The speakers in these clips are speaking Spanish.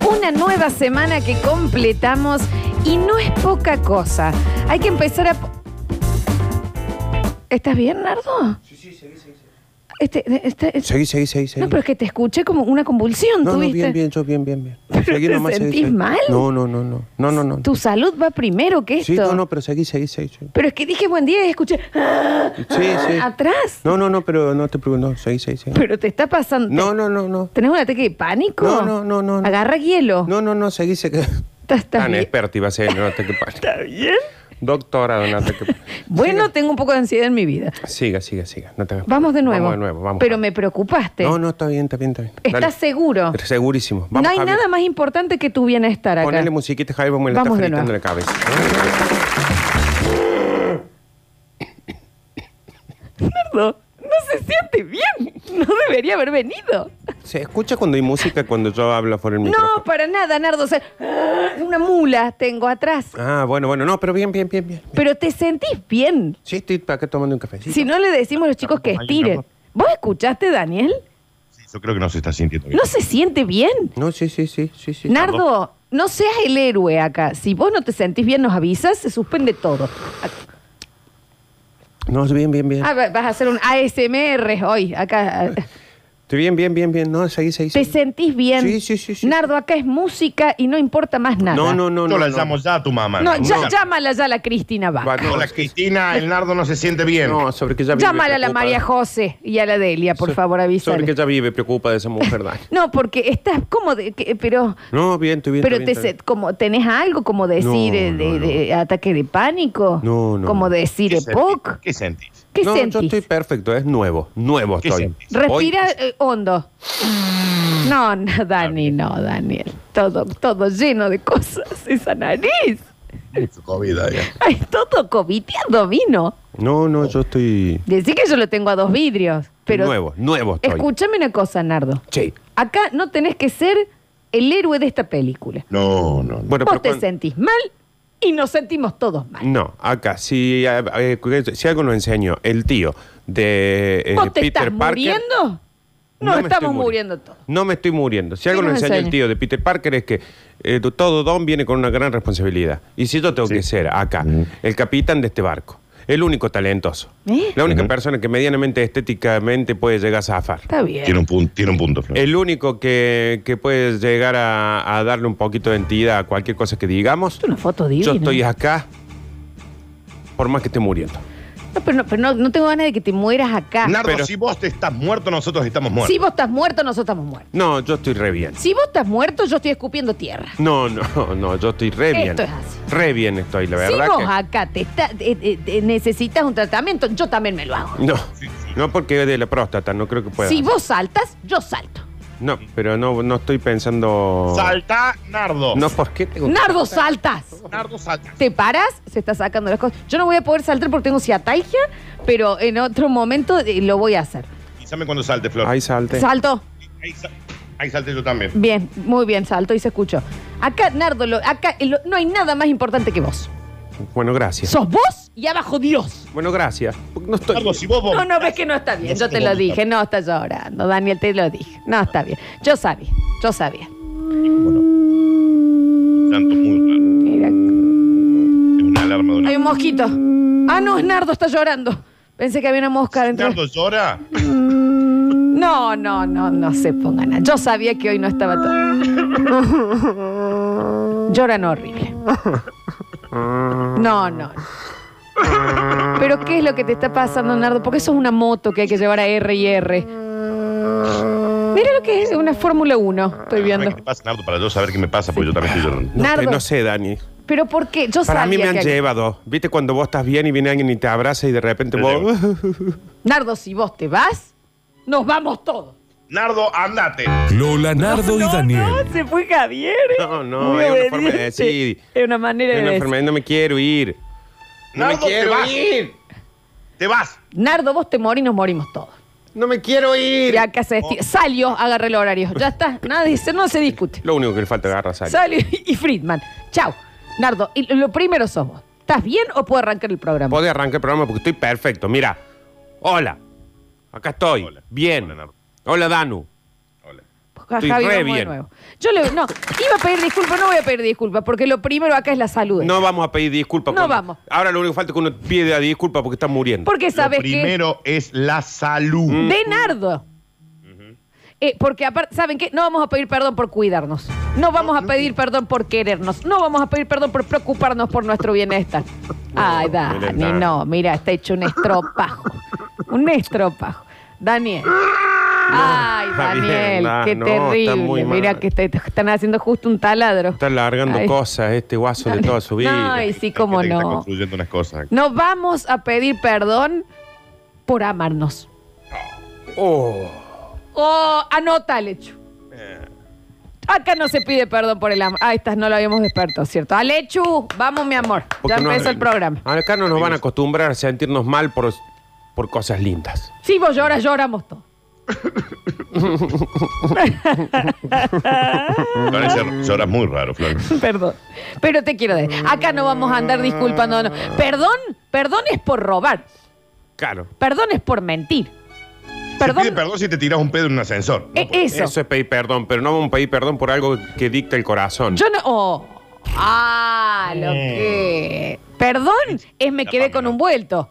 Una nueva semana que completamos y no es poca cosa. Hay que empezar a... po- ¿Estás bien, Nardo? Este, Sí, sí, seguí, seguí. Seguí, seguí, seguí, seguí. No, pero es que te escuché como una convulsión, No, no, ¿tuviste? bien, bien, yo bien, bien, bien. ¿Pero te sentís mal? No, no, no, no. No, no, no. Tu salud va primero que esto. Sí, no, no, pero seguí, seguí, seguí. seguí. Pero es que dije buen día y escuché... "Ah, Sí, ah", sí. Atrás. No, no, no, pero no te pregunto. No, seguí, seguí, seguí. Pero te está pasando... No, no, no, no. ¿Tenés un ataque de pánico? No, no, no, no, no. Agarra hielo. No, no, no, seguí, seguí. ¿Estás, estás Tan bien? experto iba a ser en un ataque pánico. ¿Estás bien? Doctora de un ataque pánico. Bueno, tengo un poco de ansiedad en mi vida. Siga, siga, siga. No te hagas- Vamos de nuevo. Vamos de nuevo, vamos. Pero me preocupaste. No, no, está bien, está bien, está bien. ¿Estás Dale. seguro? Segurísimo. Vamos, no hay Javi. nada más importante que tu bienestar acá. Ponele musiquita, Javi, vamos, le Vamos está de fritando la nuevo. cabeza. Nardo, no se siente bien. No debería haber venido. Se escucha cuando hay música cuando yo hablo por el micrófono. No, para nada, Nardo. O sea, una mula tengo atrás. Ah, bueno, bueno, no, pero bien, bien, bien, bien. Pero te sentís bien. Sí, estoy acá tomando un cafecito. Si no le decimos a los chicos que Alguien, estiren. Nardo. ¿Vos escuchaste, Daniel? Sí, yo creo que no se está sintiendo bien. ¿No se siente bien? No, sí, sí, sí, sí, sí. Nardo, no seas el héroe acá. Si vos no te sentís bien, nos avisas, se suspende todo. No, bien, bien, bien. Ah, va- vas a hacer un ASMR hoy, acá. Estoy bien, bien, bien, bien. No, seguí, seguí. ¿Te seguí. sentís bien? Sí, sí, sí, sí. Nardo, acá es música y no importa más nada. No, no, no. Yo no, la no. llamo ya a tu mamá. No, Nardo. ya- Mira, llámala ya a la Cristina Vaca. Va, Con la Cristina, el Nardo no se siente bien. No, sobre que ya vive. Llámala a la preocupa. María José y a la Delia, por So- favor, Sobre que avísale. ya vive, preocupa de esa mujer, Dani. No, porque estás como de... que- pero No, bien, estoy bien. pero estoy te bien, se- estoy como tenés algo como decir No, eh, de, no, no. de ataque de pánico. No, no, Como no. decir ¿Qué EPOC. sentís? ¿Qué sentís? ¿Qué bien. No, yo sentís? estoy perfecto, es nuevo, nuevo ¿Qué estoy. sentís? Respira Hoy- eh, hondo. No, no, Dani, no, Daniel. Todo, todo lleno de cosas. Esa nariz. Mucho COVID allá. Ay, todo coviteado vino. No, no, yo estoy Decí que yo lo tengo a dos vidrios. Pero nuevo, nuevo estoy. escúchame una cosa, Nardo. Sí. Acá no tenés que ser el héroe de esta película. No, no, no. Bueno, Vos pero te cuan- sentís mal y nos sentimos todos mal. No, acá, si, eh, eh, si algo nos enseñó el tío de eh, ¿Vos te Peter estás Parker. muriendo? No, me estamos estoy muriendo todos. No me estoy muriendo. Si algo nos nos enseña el enseña? tío de Peter Parker es que eh, todo don viene con una gran responsabilidad. Y si yo tengo que ser acá, el capitán de este barco, el único talentoso, ¿Eh? la única Ujú. persona que medianamente estéticamente puede llegar a zafar, Está bien. Tiene un punto, tiene un punto, Flor. el único que, que puede llegar a, a darle un poquito de entidad a cualquier cosa que digamos, Es una foto divina. yo estoy acá por más que esté muriendo. No, pero no, pero no- no tengo ganas de que te mueras acá. Nardo, pero- si vos te estás muerto, nosotros estamos muertos. Ah, Si vos estás muerto, nosotros estamos muertos. No, yo estoy re bien. Si vos estás muerto, yo estoy escupiendo tierra. No, no, no, yo estoy re bien. Esto es así. Re bien estoy, la verdad. si vos que... acá te está- eh, eh, eh, necesitas un tratamiento, yo también me lo hago. No, no porque es de la próstata, no creo que pueda. Si vos saltas, yo salto. No, pero no, no estoy pensando. Salta, Nardo. No, ¿por qué tengo que- Nardo, saltas. Nardo, salta. Te paras, se está sacando las cosas. Yo no voy a poder saltar porque tengo ciataigia, pero en otro momento eh, lo voy a hacer. Avísame cuando salte, Flor. Ahí salte. Salto. Ahí, sa- ahí salte yo también. Bien, muy bien, salto y se escuchó. Acá, Nardo, lo- acá eh, lo- no hay nada más importante que vos. Bueno, gracias. Sos vos y abajo Dios. Bueno, gracias. Porque No estoy. Nardo, si vos No, vomitas- no, ves que no está bien. Yo te Nosotros lo vomitamos. dije, no estás llorando. Daniel, te lo dije. No está bien. Yo sabía, yo sabía. Llanto muy raro. Mira, Es una alarma de una. hay un mosquito. Ah, no, es Nardo, está llorando. Pensé que había una mosca dentro. Nardo llora. No, no, no, no se pongan a. Yo sabía que hoy no estaba todo. Lloran horrible. No, no. Pero ¿qué es lo que te está pasando, Nardo? Porque eso es una moto que hay que llevar a R y R. Mira lo que es una Fórmula 1, estoy ¿Qué viendo. te pasa, Nardo? Para yo saber qué me pasa, porque yo también estoy llorando. No, Nardo. estoy- no sé, Dani. Pero ¿por qué? Yo Para mí sabía me han que- llevado. ¿Viste cuando vos estás bien y viene alguien y te abraza y de repente Te vos. Nardo, si vos te vas, nos vamos todos. Nardo, andate. Lola, Nardo y Daniel. No, se fue Javier. ¿eh? No, no, Muy es una obediente. forma de decir. Es una manera Es de una decir. enfermedad, no me quiero ir. No me Nardo, te quiero vas. ir. Te vas. Nardo, vos te morís, nos morimos todos. No me quiero ir. Ya que se desti- Salio, agarra el horario. Ya está, nada dice, no se discute. Lo único que le falta es agarrar sal. Salio y Friedman. Chau. Nardo, y lo primero sos vos. ¿Estás bien o puedo arrancar el programa? Podés arrancar el programa porque estoy perfecto. Mira, hola, acá estoy. Hola. Bien. Hola, Hola, Danu. Nardo. Hola. nuevo. Ja- Estoy Javi, re vamos de bien. nuevo. Yo le, no, iba a pedir disculpas, no voy a pedir disculpas, porque lo primero acá es la salud. No vamos a pedir disculpas. No cuando- vamos. Ahora lo único que falta es que uno pida disculpas porque está muriendo. Porque sabes Lo que primero es la salud. Mm. de Nardo. Eh, porque aparte, ¿saben qué? No vamos a pedir perdón por cuidarnos. No vamos a pedir perdón por querernos. No vamos a pedir perdón por preocuparnos por nuestro bienestar. Ay, Dani, miren, no. Mira, está hecho un estropajo. Un estropajo. Daniel. Ay, está bien, Daniel, Dan, qué no, está muy terrible. mal. Mira que está- están haciendo justo un taladro. Está largando Ay. cosas este guaso de toda su vida. Ay, Hay sí, cómo gente que Está no. construyendo unas cosas. No vamos a pedir perdón por amarnos. Oh. Oh, anota, Alechu. Acá no se pide perdón por el amor. Ah, estas no lo habíamos despertado, ¿cierto? Alechu, vamos, mi amor. Porque Ya no- Ah, empezó el programa. Acá no nos van a acostumbrar a sentirnos mal por, por cosas lindas. Si vos lloras, lloramos todos. Parece- Lloras muy raro, Flor. Perdón. Pero te quiero decir, acá no vamos a andar disculpando. no. Perdón, perdón es por robar. Claro. Perdón es por mentir. Perdón. Perdón. Pide perdón si te tiras un pedo en un ascensor. No, eh, pues, eso. Eso. es pedir perdón, pero no vamos a pedir perdón por algo que dicta el corazón. Yo no. oh. Ah, lo Eh. que. Perdón es me La quedé con Pamela. un vuelto.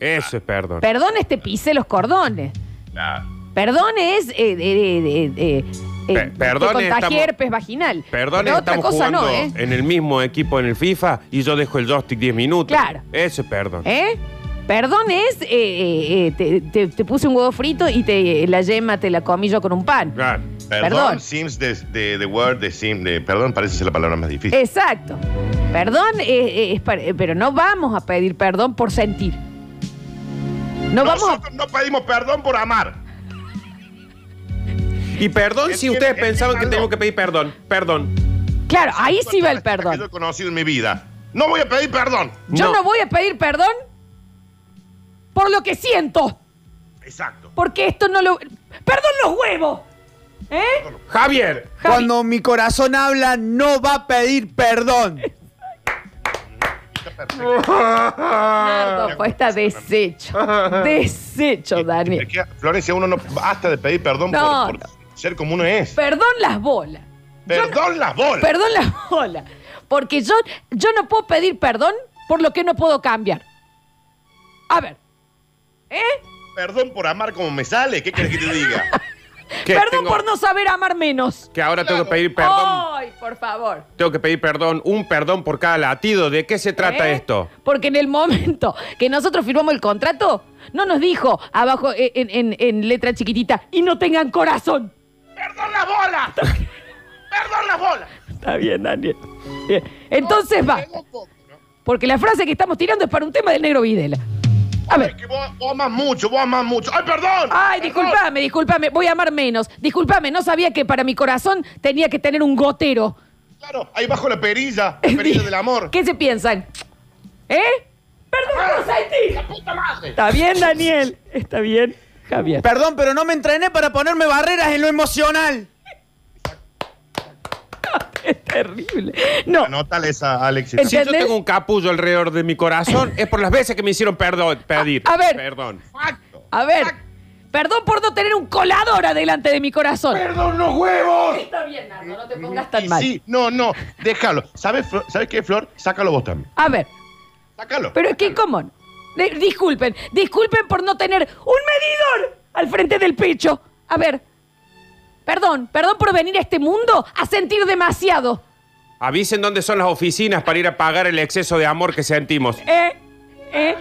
Eso es perdón. Perdón es te pisé los cordones. claro. Perdón es. eh, eh, eh, eh, eh, eh, Pe- perdón Te contagié estamos- herpes vaginal. Perdón, Pero otra estamos cosa jugando no, ¿eh? en el mismo equipo en el FIFA y yo dejo el joystick 10 minutos. Claro. Eso es perdón. ¿Eh? Perdón es. eh, eh, eh, te, te- te puse un huevo frito y te, la yema te la comí yo con un pan. Claro. Perdón, Perdón. Sims de, de, de Word, de Sim, de. Perdón, parece ser la palabra más difícil. Eh, Exacto. Perdón, eh, eh, es para- eh, pero no vamos a pedir perdón por sentir. No vamos a Nosotros no pedimos perdón por amar. Y perdón si ustedes Entiende- pensaban que entiéndanlo. tengo que pedir perdón. Perdón. Claro, ahí sí va el Todas las chicas que Yo perdón. he conocido en mi vida. No voy a pedir perdón. Yo no. No. voy a pedir perdón por lo que siento, Exacto. porque esto no lo... ¡Perdón los huevos! ¿Eh? Javier. Javi. Cuando mi corazón habla, no va a pedir perdón. Nardo, pues está deshecho. Deshecho, Es Daniel. que, Florencia, uno no basta de pedir perdón No, por, por no. ser como uno es. Perdón las bolas. Perdón las bolas. Perdón las bolas. Porque yo, yo no puedo pedir perdón por lo que no puedo cambiar. A ver. ¿Eh? Perdón por amar como me sale. ¿Qué quieres que te diga? ¿qué perdón tengo- por no saber amar menos. Que ahora tengo que pedir perdón. ¡Ay, por favor! Tengo que pedir perdón. Un perdón por cada latido. ¿De qué se trata ¿Eh? esto? Porque en el momento que nosotros firmamos el contrato, no nos dijo abajo eh, en, en- en letra chiquitita, y no tengan corazón. ¡Perdón las bolas! ¡Perdón las bolas! Está bien, Daniel. Bien. Entonces va. Porque la frase que estamos tirando es para un tema del negro Videla. A Es ver. que vos, vos amás mucho, vos amás mucho. ¡Ay, perdón! Ay, Perdón. disculpame, disculpame, voy a amar menos. Disculpame, no sabía que para mi corazón tenía que tener un gotero. Claro, ahí bajo la perilla, la perilla del amor. ¿Qué se piensan? ¿Eh? Perdón, por sentir. ¡La puta madre! Está bien, Daniel. Está bien, Javier. Perdón, pero no me entrené para ponerme barreras en lo emocional. Es terrible. No. Anótale esa, Alexis. El- Si yo ¿Entendés? tengo un capullo alrededor de mi corazón, es por las veces que me hicieron perdón, pedir. a ver. Perdón. Exacto. A ver, perdón por no tener un colador adelante de mi corazón. ¡Perdón los huevos! Está bien, Nardo, no te pongas Y tan mal. Sí, no, no, déjalo. ¿Sabes, Flor? ¿Sabes qué, Flor? Sácalo vos también. A ver, Sácalo. pero es que, ¿cómo? no? De- disculpen, disculpen por no tener un medidor al frente del pecho. A ver, perdón, perdón por venir a este mundo a sentir demasiado. Avisen dónde son las oficinas para ir a pagar el exceso de amor que sentimos. ¿Eh? ¿Eh?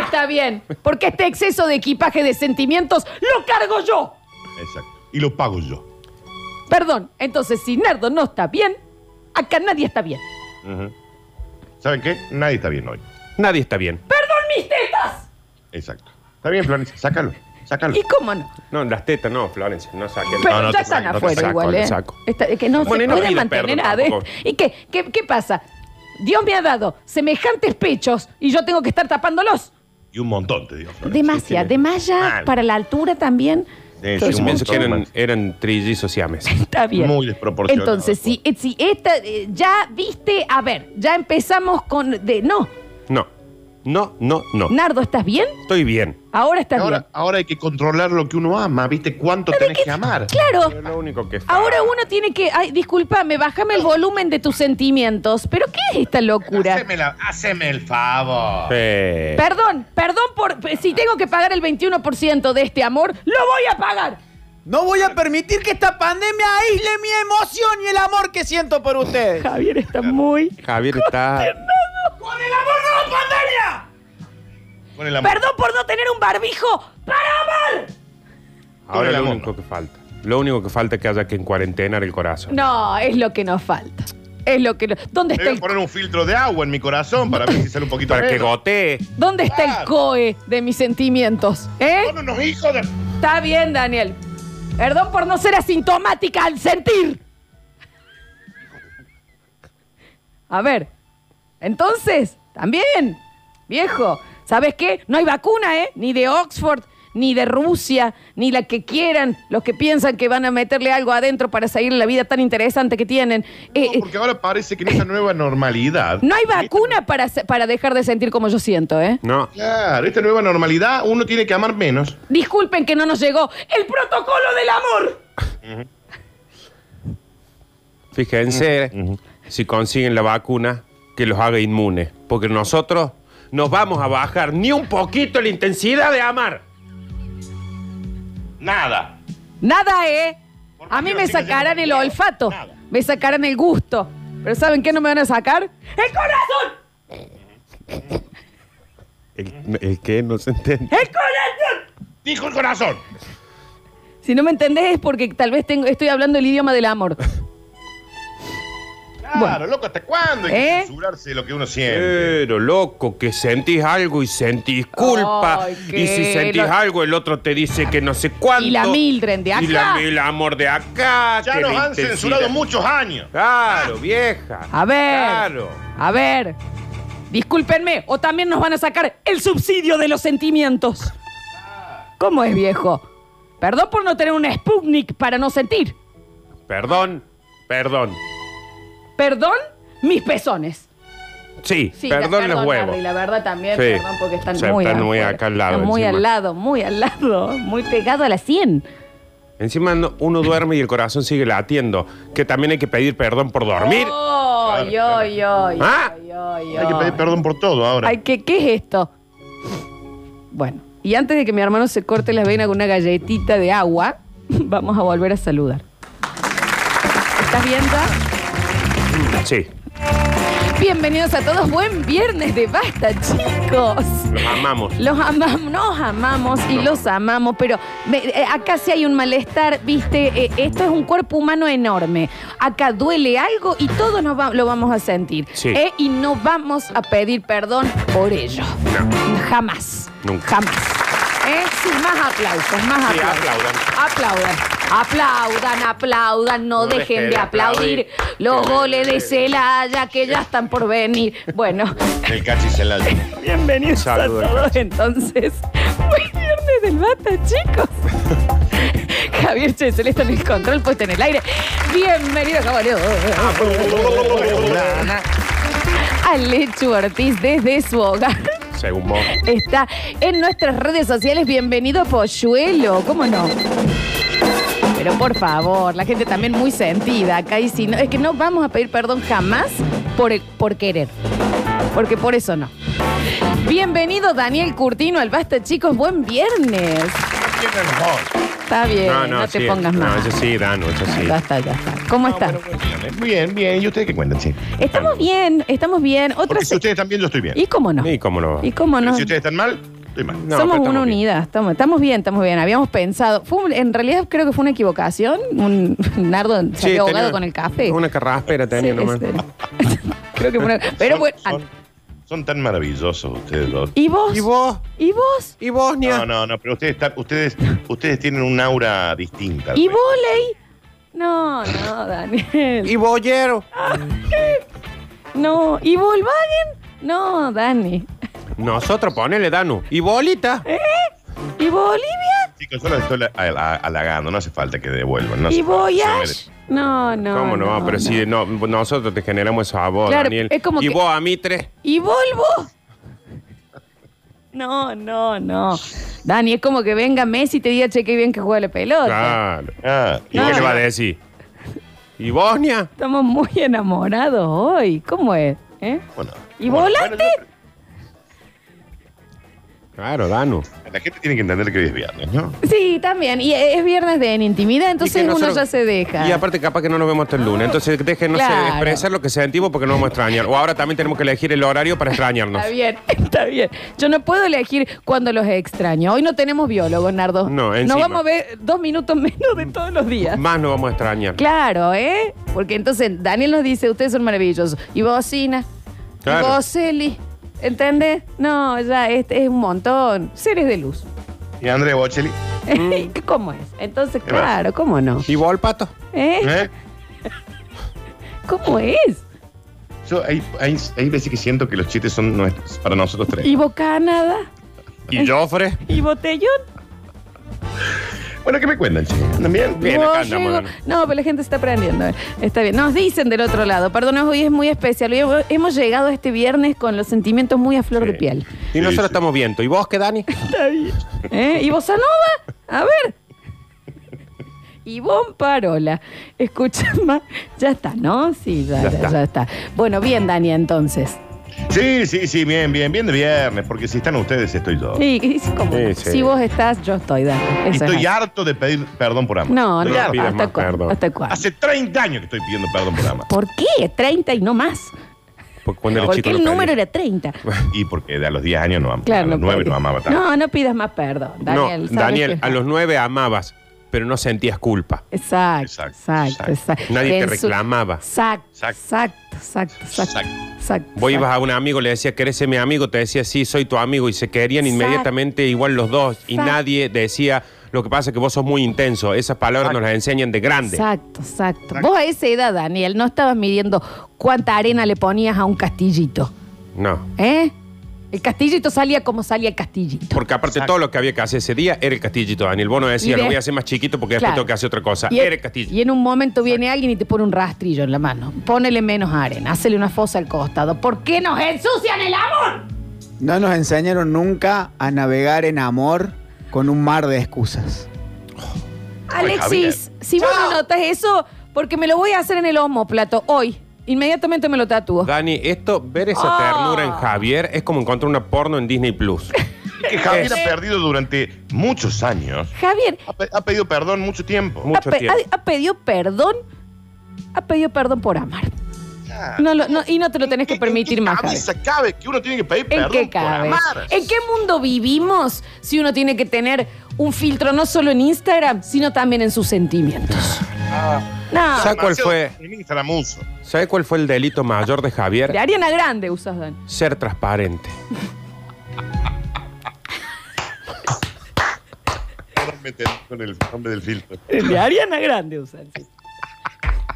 Está bien, porque este exceso de equipaje de sentimientos lo cargo yo. Exacto. Y lo pago yo. Perdón, entonces si Nardo no está bien, acá nadie está bien. ¿Saben qué? Nadie está bien hoy. Nadie está bien. ¡Perdón mis tetas! Exacto. Está bien, Florencia. Sácalo. Sácalo. ¿Y cómo no? No, las tetas no, Florencia, no saquen. Pero No, no, ya te están saco, no te afuera saco, igual, te ¿eh? saco. Está- es que no Bueno, y se no pueden pide mantener perdón adentro. tampoco. ¿Y qué, qué, qué pasa? Dios me ha dado semejantes pechos y yo tengo que estar tapándolos. Y un montón, te digo, Florencia. Demasiado, de malla Mal. para la altura también. Sí, sí, Yo Entonces, sí pienso que montón, eran, Max. eran trillizos siames. Está bien. Muy desproporcionado. Entonces, si, si esta, eh, ya viste, a ver, ya empezamos con, de, no, No, no, no, no. Nardo, ¿estás bien? Estoy bien. Ahora estás bien. Ahora, ahora hay que controlar lo que uno ama, ¿viste? ¿Cuánto tenés que, amar? Es Claro. lo único que falta. Ahora uno tiene que. Ay, discúlpame, bájame el volumen de tus sentimientos. ¿Pero qué es esta locura? Haceme, la- haceme el favor. Eh. Sí. Perdón, perdón por. Si tengo que pagar el 21% de este amor, ¡lo voy a pagar! No voy a permitir que esta pandemia aísle mi emoción y el amor que siento por ustedes. Javier está muy. Javier Ah. está. ¡Con el amor no pandemia! Con el amor. Perdón por no tener un barbijo para amar. Ahora el lo amor. único que falta. Lo único que falta es que haya que en cuarentena el corazón. No, es lo que nos falta. Es lo que. no- ¿Dónde Le está voy a el, poner un filtro de agua en mi corazón para ver si sale un poquito Para que menos. gotee. dónde está el Claro. coe de mis sentimientos? ¿Eh? Son unos hijos de... Está bien, Daniel. Perdón por no ser asintomática al sentir. A ver. Entonces, también, viejo, ¿sabes qué? No hay vacuna, ¿eh? Ni de Oxford, ni de Rusia, ni la que quieran, los que piensan que van a meterle algo adentro para seguir la vida tan interesante que tienen. Eh, No, eh, porque ahora parece que en esta nueva normalidad... no hay vacuna para, se- para dejar de sentir como yo siento, ¿eh? No. Claro, esta nueva normalidad uno tiene que amar menos. Disculpen que no nos llegó el protocolo del amor. Fíjense si consiguen la vacuna que los haga inmunes. Porque nosotros nos vamos a bajar ni un poquito la intensidad de amar. Nada. Nada, ¿eh? ¿Por qué A mí no me siguen sacarán siendo el vacunados? olfato, Nada. me sacarán el gusto. Pero ¿saben qué no me van a sacar? ¡El corazón! El, que no se entiende. ¡El corazón! Dijo el corazón. Si no me entendés es porque tal vez tengo, estoy hablando el idioma del amor. Claro, Bueno. loco, ¿hasta cuándo hay que ¿Eh? censurarse lo que uno siente? Pero loco, que sentís algo y sentís culpa. Ay, y si que sentís lo- algo, el otro te dice que no sé cuánto. Y la Mildred de Y acá. la- el amor de acá. ya que nos la han intensidad. censurado muchos años. Claro, vieja. A ver. Claro. A ver. Discúlpenme, o también nos van a sacar el subsidio de los sentimientos. ¿Cómo es, viejo? Perdón por no tener un Sputnik para no sentir. Perdón, perdón. Perdón, mis pezones. Sí, Sí, perdón la- los huevos. Nardi, la verdad también, Sí. perdón, porque están O sea, muy, están muy afuera. acá al lado Están muy encima. al lado, muy al lado, muy pegado a la 100. Encima no- uno duerme y el corazón sigue latiendo. Que también hay que pedir perdón por dormir. ¡Ay, ay, ay! ¿Ah? ay, ay, Hay que pedir ay. perdón por todo ahora. Ay, ¿qué, ¿Qué es esto? Bueno, y antes de que mi hermano se corte las venas con una galletita de agua, vamos a volver a saludar. ¿Estás viendo? Sí, Bienvenidos a todos, buen viernes de basta, chicos. los amamos. Los amamos, nos amamos y los amamos, pero me- eh, acá sí hay un malestar, viste, eh, esto es un cuerpo humano enorme. Acá duele algo y todos nos va- lo vamos a sentir. Sí. Eh, y no vamos a pedir perdón por ello. Jamás. Nunca. Jamás. Eh, sí, más aplausos, más Sí, aplausos. aplaudan. Aplaudan. Aplaudan, aplaudan, no, dejen de aplaudir los aplaudir. goles de Celaya que ya están por venir. Bueno. El cachi se la Bienvenidos a Saludos, todos entonces. Buen viernes del bata, chicos. Javier Chesel está en el control puesto en el aire. Bienvenido, caballero. Al Lechu Ortiz desde su hogar. Según vos. Está en nuestras redes sociales. Bienvenido, Polluelo. ¿Cómo no? Pero por favor, la gente también muy sentida acá y si no, es que no vamos a pedir perdón jamás por, el- por querer. Porque por eso no. Bienvenido Daniel Curtino al Basta, chicos. Buen viernes. Está bien, no, te sí, pongas no, mal. yo sí, Danu, yo sí. Ya está, ya está. ¿Cómo están? Bien, bien. ¿Y ustedes qué cuentan, sí? estamos bien, estamos bien. Otra Porque si se- ustedes están bien, yo estoy bien. ¿Y cómo no? ¿Y cómo no? ¿Y cómo Pero no? si ustedes están mal, estoy mal. No, Somos pero una estamos bien. unidad, estamos, estamos bien, estamos bien. Habíamos pensado, fue un- en realidad creo que fue una equivocación. Un Nardo se había Sí, tenía ahogado con el café. Una carraspera tenía Sí, nomás. es- creo que fue una- Pero Son- bueno. Son, son tan maravillosos ustedes dos. ¿Y vos? ¿Y vos? ¿Y vos? ¿Y Bosnia? No, no, no, pero ustedes, están- ustedes, ustedes tienen un aura distinta. ¿Y volei? No, no, Daniel. ¿Y Boyero? No. ¿Y Volkswagen? No, Dani. Nosotros ponele, Danu. ¿Y Bolita? Eh, ¿Y Bolivia? Chicos, yo los estoy la- al- a- halagando, no hace falta que devuelvan. No ¿Y hace falta, Voyage? No, no. ¿Cómo no? no. pero si no, nosotros te generamos esa voz, Claro, Daniel. es como ¿Y que- vos a mí tres? ¿Y Volvo? No, no, no. Dani, es como que venga Messi y te diga, che, qué bien que juega la pelota. Claro. Ah, ¿Y y- qué le va a decir? ¿Y Bosnia? Estamos muy enamorados hoy. ¿Cómo es? ¿Eh? bueno, ¿Y bueno, volaste? bueno, Claro, Danu. yo- la gente tiene que entender que hoy es viernes, ¿no? Sí, también. Y es viernes de en intimidad, entonces Y que uno nosotros- ya se deja. Y aparte, capaz que no nos vemos hasta el lunes. Entonces, déjenos Claro. eh, expresar lo que sentimos porque no vamos a extrañar. O ahora también tenemos que elegir el horario para extrañarnos. Está bien, está bien. Yo no puedo elegir cuando los extraño. Hoy no tenemos biólogos, Nardo. No, Nos encima. vamos a ver dos minutos menos de todos los días. Más no vamos a extrañar. Claro, ¿eh? Porque entonces Daniel nos dice, ustedes son maravillosos. Y bocina. Claro. Y boceli. ¿Entendés? No, ya, este es un montón. Seres de luz. Y Andrea Bocelli. Mm. ¿Cómo es? Entonces, Claro. claro, ¿cómo no? ¿Y vos, el pato? ¿Eh? ¿eh? ¿Cómo es? Yo, hay, hay, hay veces que siento que los chistes son nuestros, para nosotros tres. ¿Y bocanada? ¿Y Joffre? ¿Y botellón? Bueno, ¿qué me cuentan, che? ¿Andan bien? Bien, Vos acá andamos, llego- No, pero la gente está aprendiendo. eh. Está bien. Nos dicen del otro lado. Perdón, hoy es muy especial. Hoy hemos llegado este viernes con los sentimientos muy a flor de piel. Y nosotros sí. estamos viendo. ¿Y vos qué, Dani? ¿Eh? ¿Y Bosanova? A ver. Ivonne Parola. Escucha, ma- ya está, ¿no? Sí, ya, ya- ya está. Bueno, bien, Dani, entonces. Sí, sí, sí, bien, bien, bien de viernes, porque si están ustedes, estoy yo. Y, y sí, cómo no. Sí, sí. Si vos estás, yo estoy, Dani. Y Eso es estoy así. harto de pedir perdón por amor. No, no, Estoy harto. pidas ¿hasta más cuándo? perdón. ¿Hasta cuándo? Hace 30 años que estoy pidiendo perdón por amor. ¿Por qué? 30 y no más. Porque cuando era Porque chico el lo pedí. número era 30. Y porque a los 10 años no amaba. Claro, a los 9 puede. no amaba tanto. No, no pidas más perdón, Daniel. no, ¿sabes Daniel, que- a los nueve amabas, pero no sentías culpa. Exacto, exacto, Exacto, exacto. exacto. Nadie Que te en su- reclamaba. Exacto, exacto, Exacto. exacto, exacto. Exacto. exacto, exacto. Vos ibas a un amigo, le decías, ¿querés ser mi amigo? Te decía, sí, soy tu amigo. Y se querían Exacto. inmediatamente igual los dos. Y Exacto. nadie decía, lo que pasa es que vos sos muy intenso. Esas palabras nos las enseñan de grande. Exacto, exacto, Vos a esa edad, Daniel, no estabas midiendo cuánta arena le ponías a un castillito, No. ¿eh? El castillito salía como salía el castillito. Porque aparte todo lo que había que hacer ese día era el castillito, Daniel. Vos no Y decías, de- lo voy a hacer más chiquito porque después Claro. tengo que hacer otra cosa. en- era el castillito. y en un momento viene alguien y te pone un rastrillo en la mano. Ponele menos arena, hacele una fosa al costado. ¿Por qué nos ensucian el amor? No nos enseñaron nunca a navegar en amor con un mar de excusas. Alexis, si vos no notas eso, porque me lo voy a hacer en el homoplato hoy. Inmediatamente me lo tatúo. Dani, esto, ver esa Ah. ternura en Javier es como encontrar una porno en Disney Plus. Que Javier ha perdido durante muchos años. Javier, Ha, pe- ha pedido perdón mucho tiempo. ha, Mucho pe- tiempo. ha- ha pedido perdón. Ha pedido perdón por amar. No lo- no- y no te lo tenés que permitir más. ¿En qué Javier. cabeza cabe que uno tiene que pedir ¿En perdón qué cabe? por amar? ¿En qué mundo vivimos si uno tiene que tener un filtro no solo en Instagram, sino también en sus sentimientos? Ah. No, Sac- ¿Cuál fue? En Instagram uso. ¿Sabes cuál fue el delito mayor de Javier? de Ariana Grande usas, Dan. Ser transparente. Ahora me entendí con el nombre del filtro. De Ariana Grande usan. sí.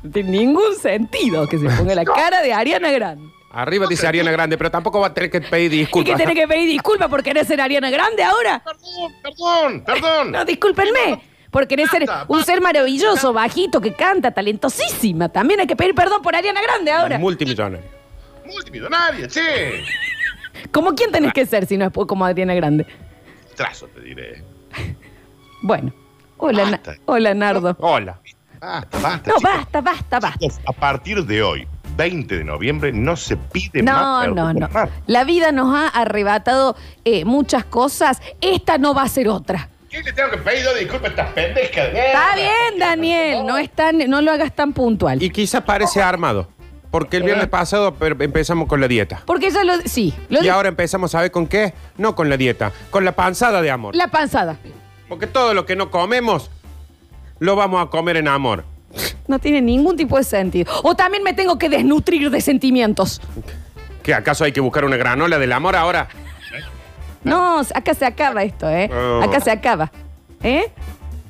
No tiene ningún sentido que se ponga la cara de Ariana Grande. Arriba dice Ariana Grande, pero tampoco va a tener que pedir ¿Y que disculpas. tiene que pedir disculpas por querer ser Ariana Grande ahora? Perdón, perdón, perdón. No, discúlpenme. Por querer ser un ser maravilloso, bajito, que canta, talentosísima. También hay que pedir perdón por Ariana Grande ahora. Multimillonario. Multimillonaria, che. ¿Como quién tenés que ser si no es po- como Ariana Grande? Trazo te diré. Bueno. Hola, Na- Basta. hola Nardo. Hola. Basta, basta. No, chicos. basta, basta, basta. Chicos, A partir de hoy, 20 de noviembre, no se pide No, más. perdón no, por no. amar. La vida nos ha arrebatado eh, muchas cosas. Esta no va a ser otra. ¿Qué le tengo que pedir yo disculpas a estas pendejas? Está bien, Daniel. No, es tan- no lo hagas tan puntual. Y quizás parece armado. Porque el viernes pasado pero empezamos con la dieta. Porque ya lo. Sí, lo Y di- ahora empezamos, ¿sabes con qué? No con la dieta, con la panzada de amor. La panzada. Porque todo lo que no comemos, lo vamos a comer en amor. No tiene ningún tipo de sentido. O también me tengo que desnutrir de sentimientos. ¿Qué acaso hay que buscar una granola del amor ahora? No, acá se acaba esto, ¿eh? Oh. Acá se acaba. ¿Eh?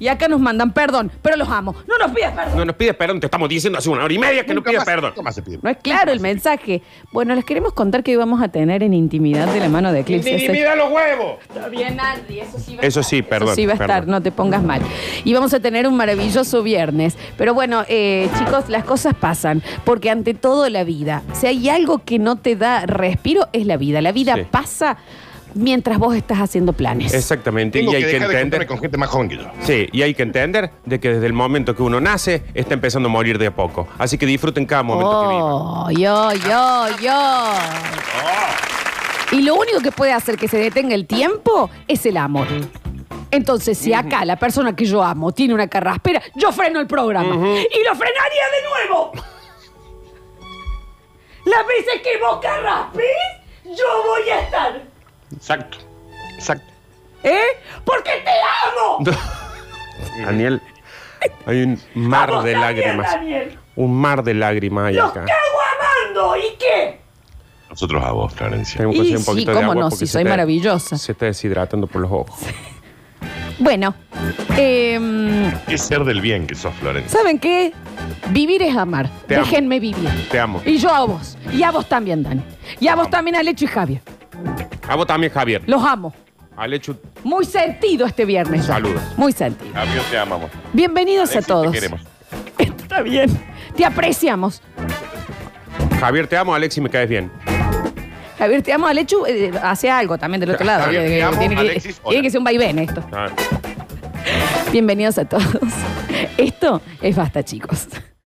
Y acá nos mandan perdón, pero los amo. No nos pidas perdón. No nos pides perdón, te estamos diciendo hace una hora y media que no Nunca pides más, perdón. nunca más se pide. No es claro el mensaje. Bueno, les queremos contar que hoy vamos a tener en intimidad de la mano de Eclipse. Este- ¡Intimida los huevos! Está bien, Andy, eso sí va a Eso estar. sí, perdón, Eso sí va a perdón. estar, no te pongas mal. Y vamos a tener un maravilloso viernes. Pero bueno, eh, chicos, las cosas pasan. Porque ante todo la vida, si hay algo que no te da respiro, es la vida. La vida Sí. pasa mientras vos estás haciendo planes. Exactamente. Tengo y hay que que, dejar de entender. juntarme con gente más joven que yo. Sí, y hay que entender de que desde el momento que uno nace está empezando a morir de a poco. Así que disfruten cada momento que vivan. Oh, yo, yo, yo. Oh. Y lo único que puede hacer que se detenga el tiempo es el amor. Entonces, si acá la persona que yo amo tiene una carraspera, yo freno el programa. Y lo frenaría de nuevo. Las veces que vos carraspes, yo voy a estar. Exacto. Exacto. ¿Eh? Porque te amo. Daniel, hay un mar Vos de también, lágrimas. Eh, Daniel. Un mar de lágrimas hay Los acá. cago amando. ¿Y qué? Nosotros a vos, Florencia. Tengo que Y hacer un sí, poquito de cómo agua no, porque si se soy está- maravillosa. Se está deshidratando por los ojos. Bueno, em, Qué ser del bien que sos, Florencia. ¿Saben qué? Vivir es amar. Te amo. Déjenme vivir. Te amo. Y yo a vos. Y a vos también, Dani. Y a vos también, Alecho y Javier. A vos también, Javier. Los amo. Alechu, Muy sentido este viernes. Saludos. Muy sentido. Javier, te amamos. Bienvenidos Alexis, a todos. Te queremos. Está bien. Te apreciamos. Javier, te amo, Alexi, me caes bien. Javier, te amo. Alechu eh, hace algo también del otro lado. Javier, te Eh, amo. tiene, que, Alexis, hola. tiene que ser un vaivén esto. Ah. Bienvenidos a todos. Esto es basta, chicos.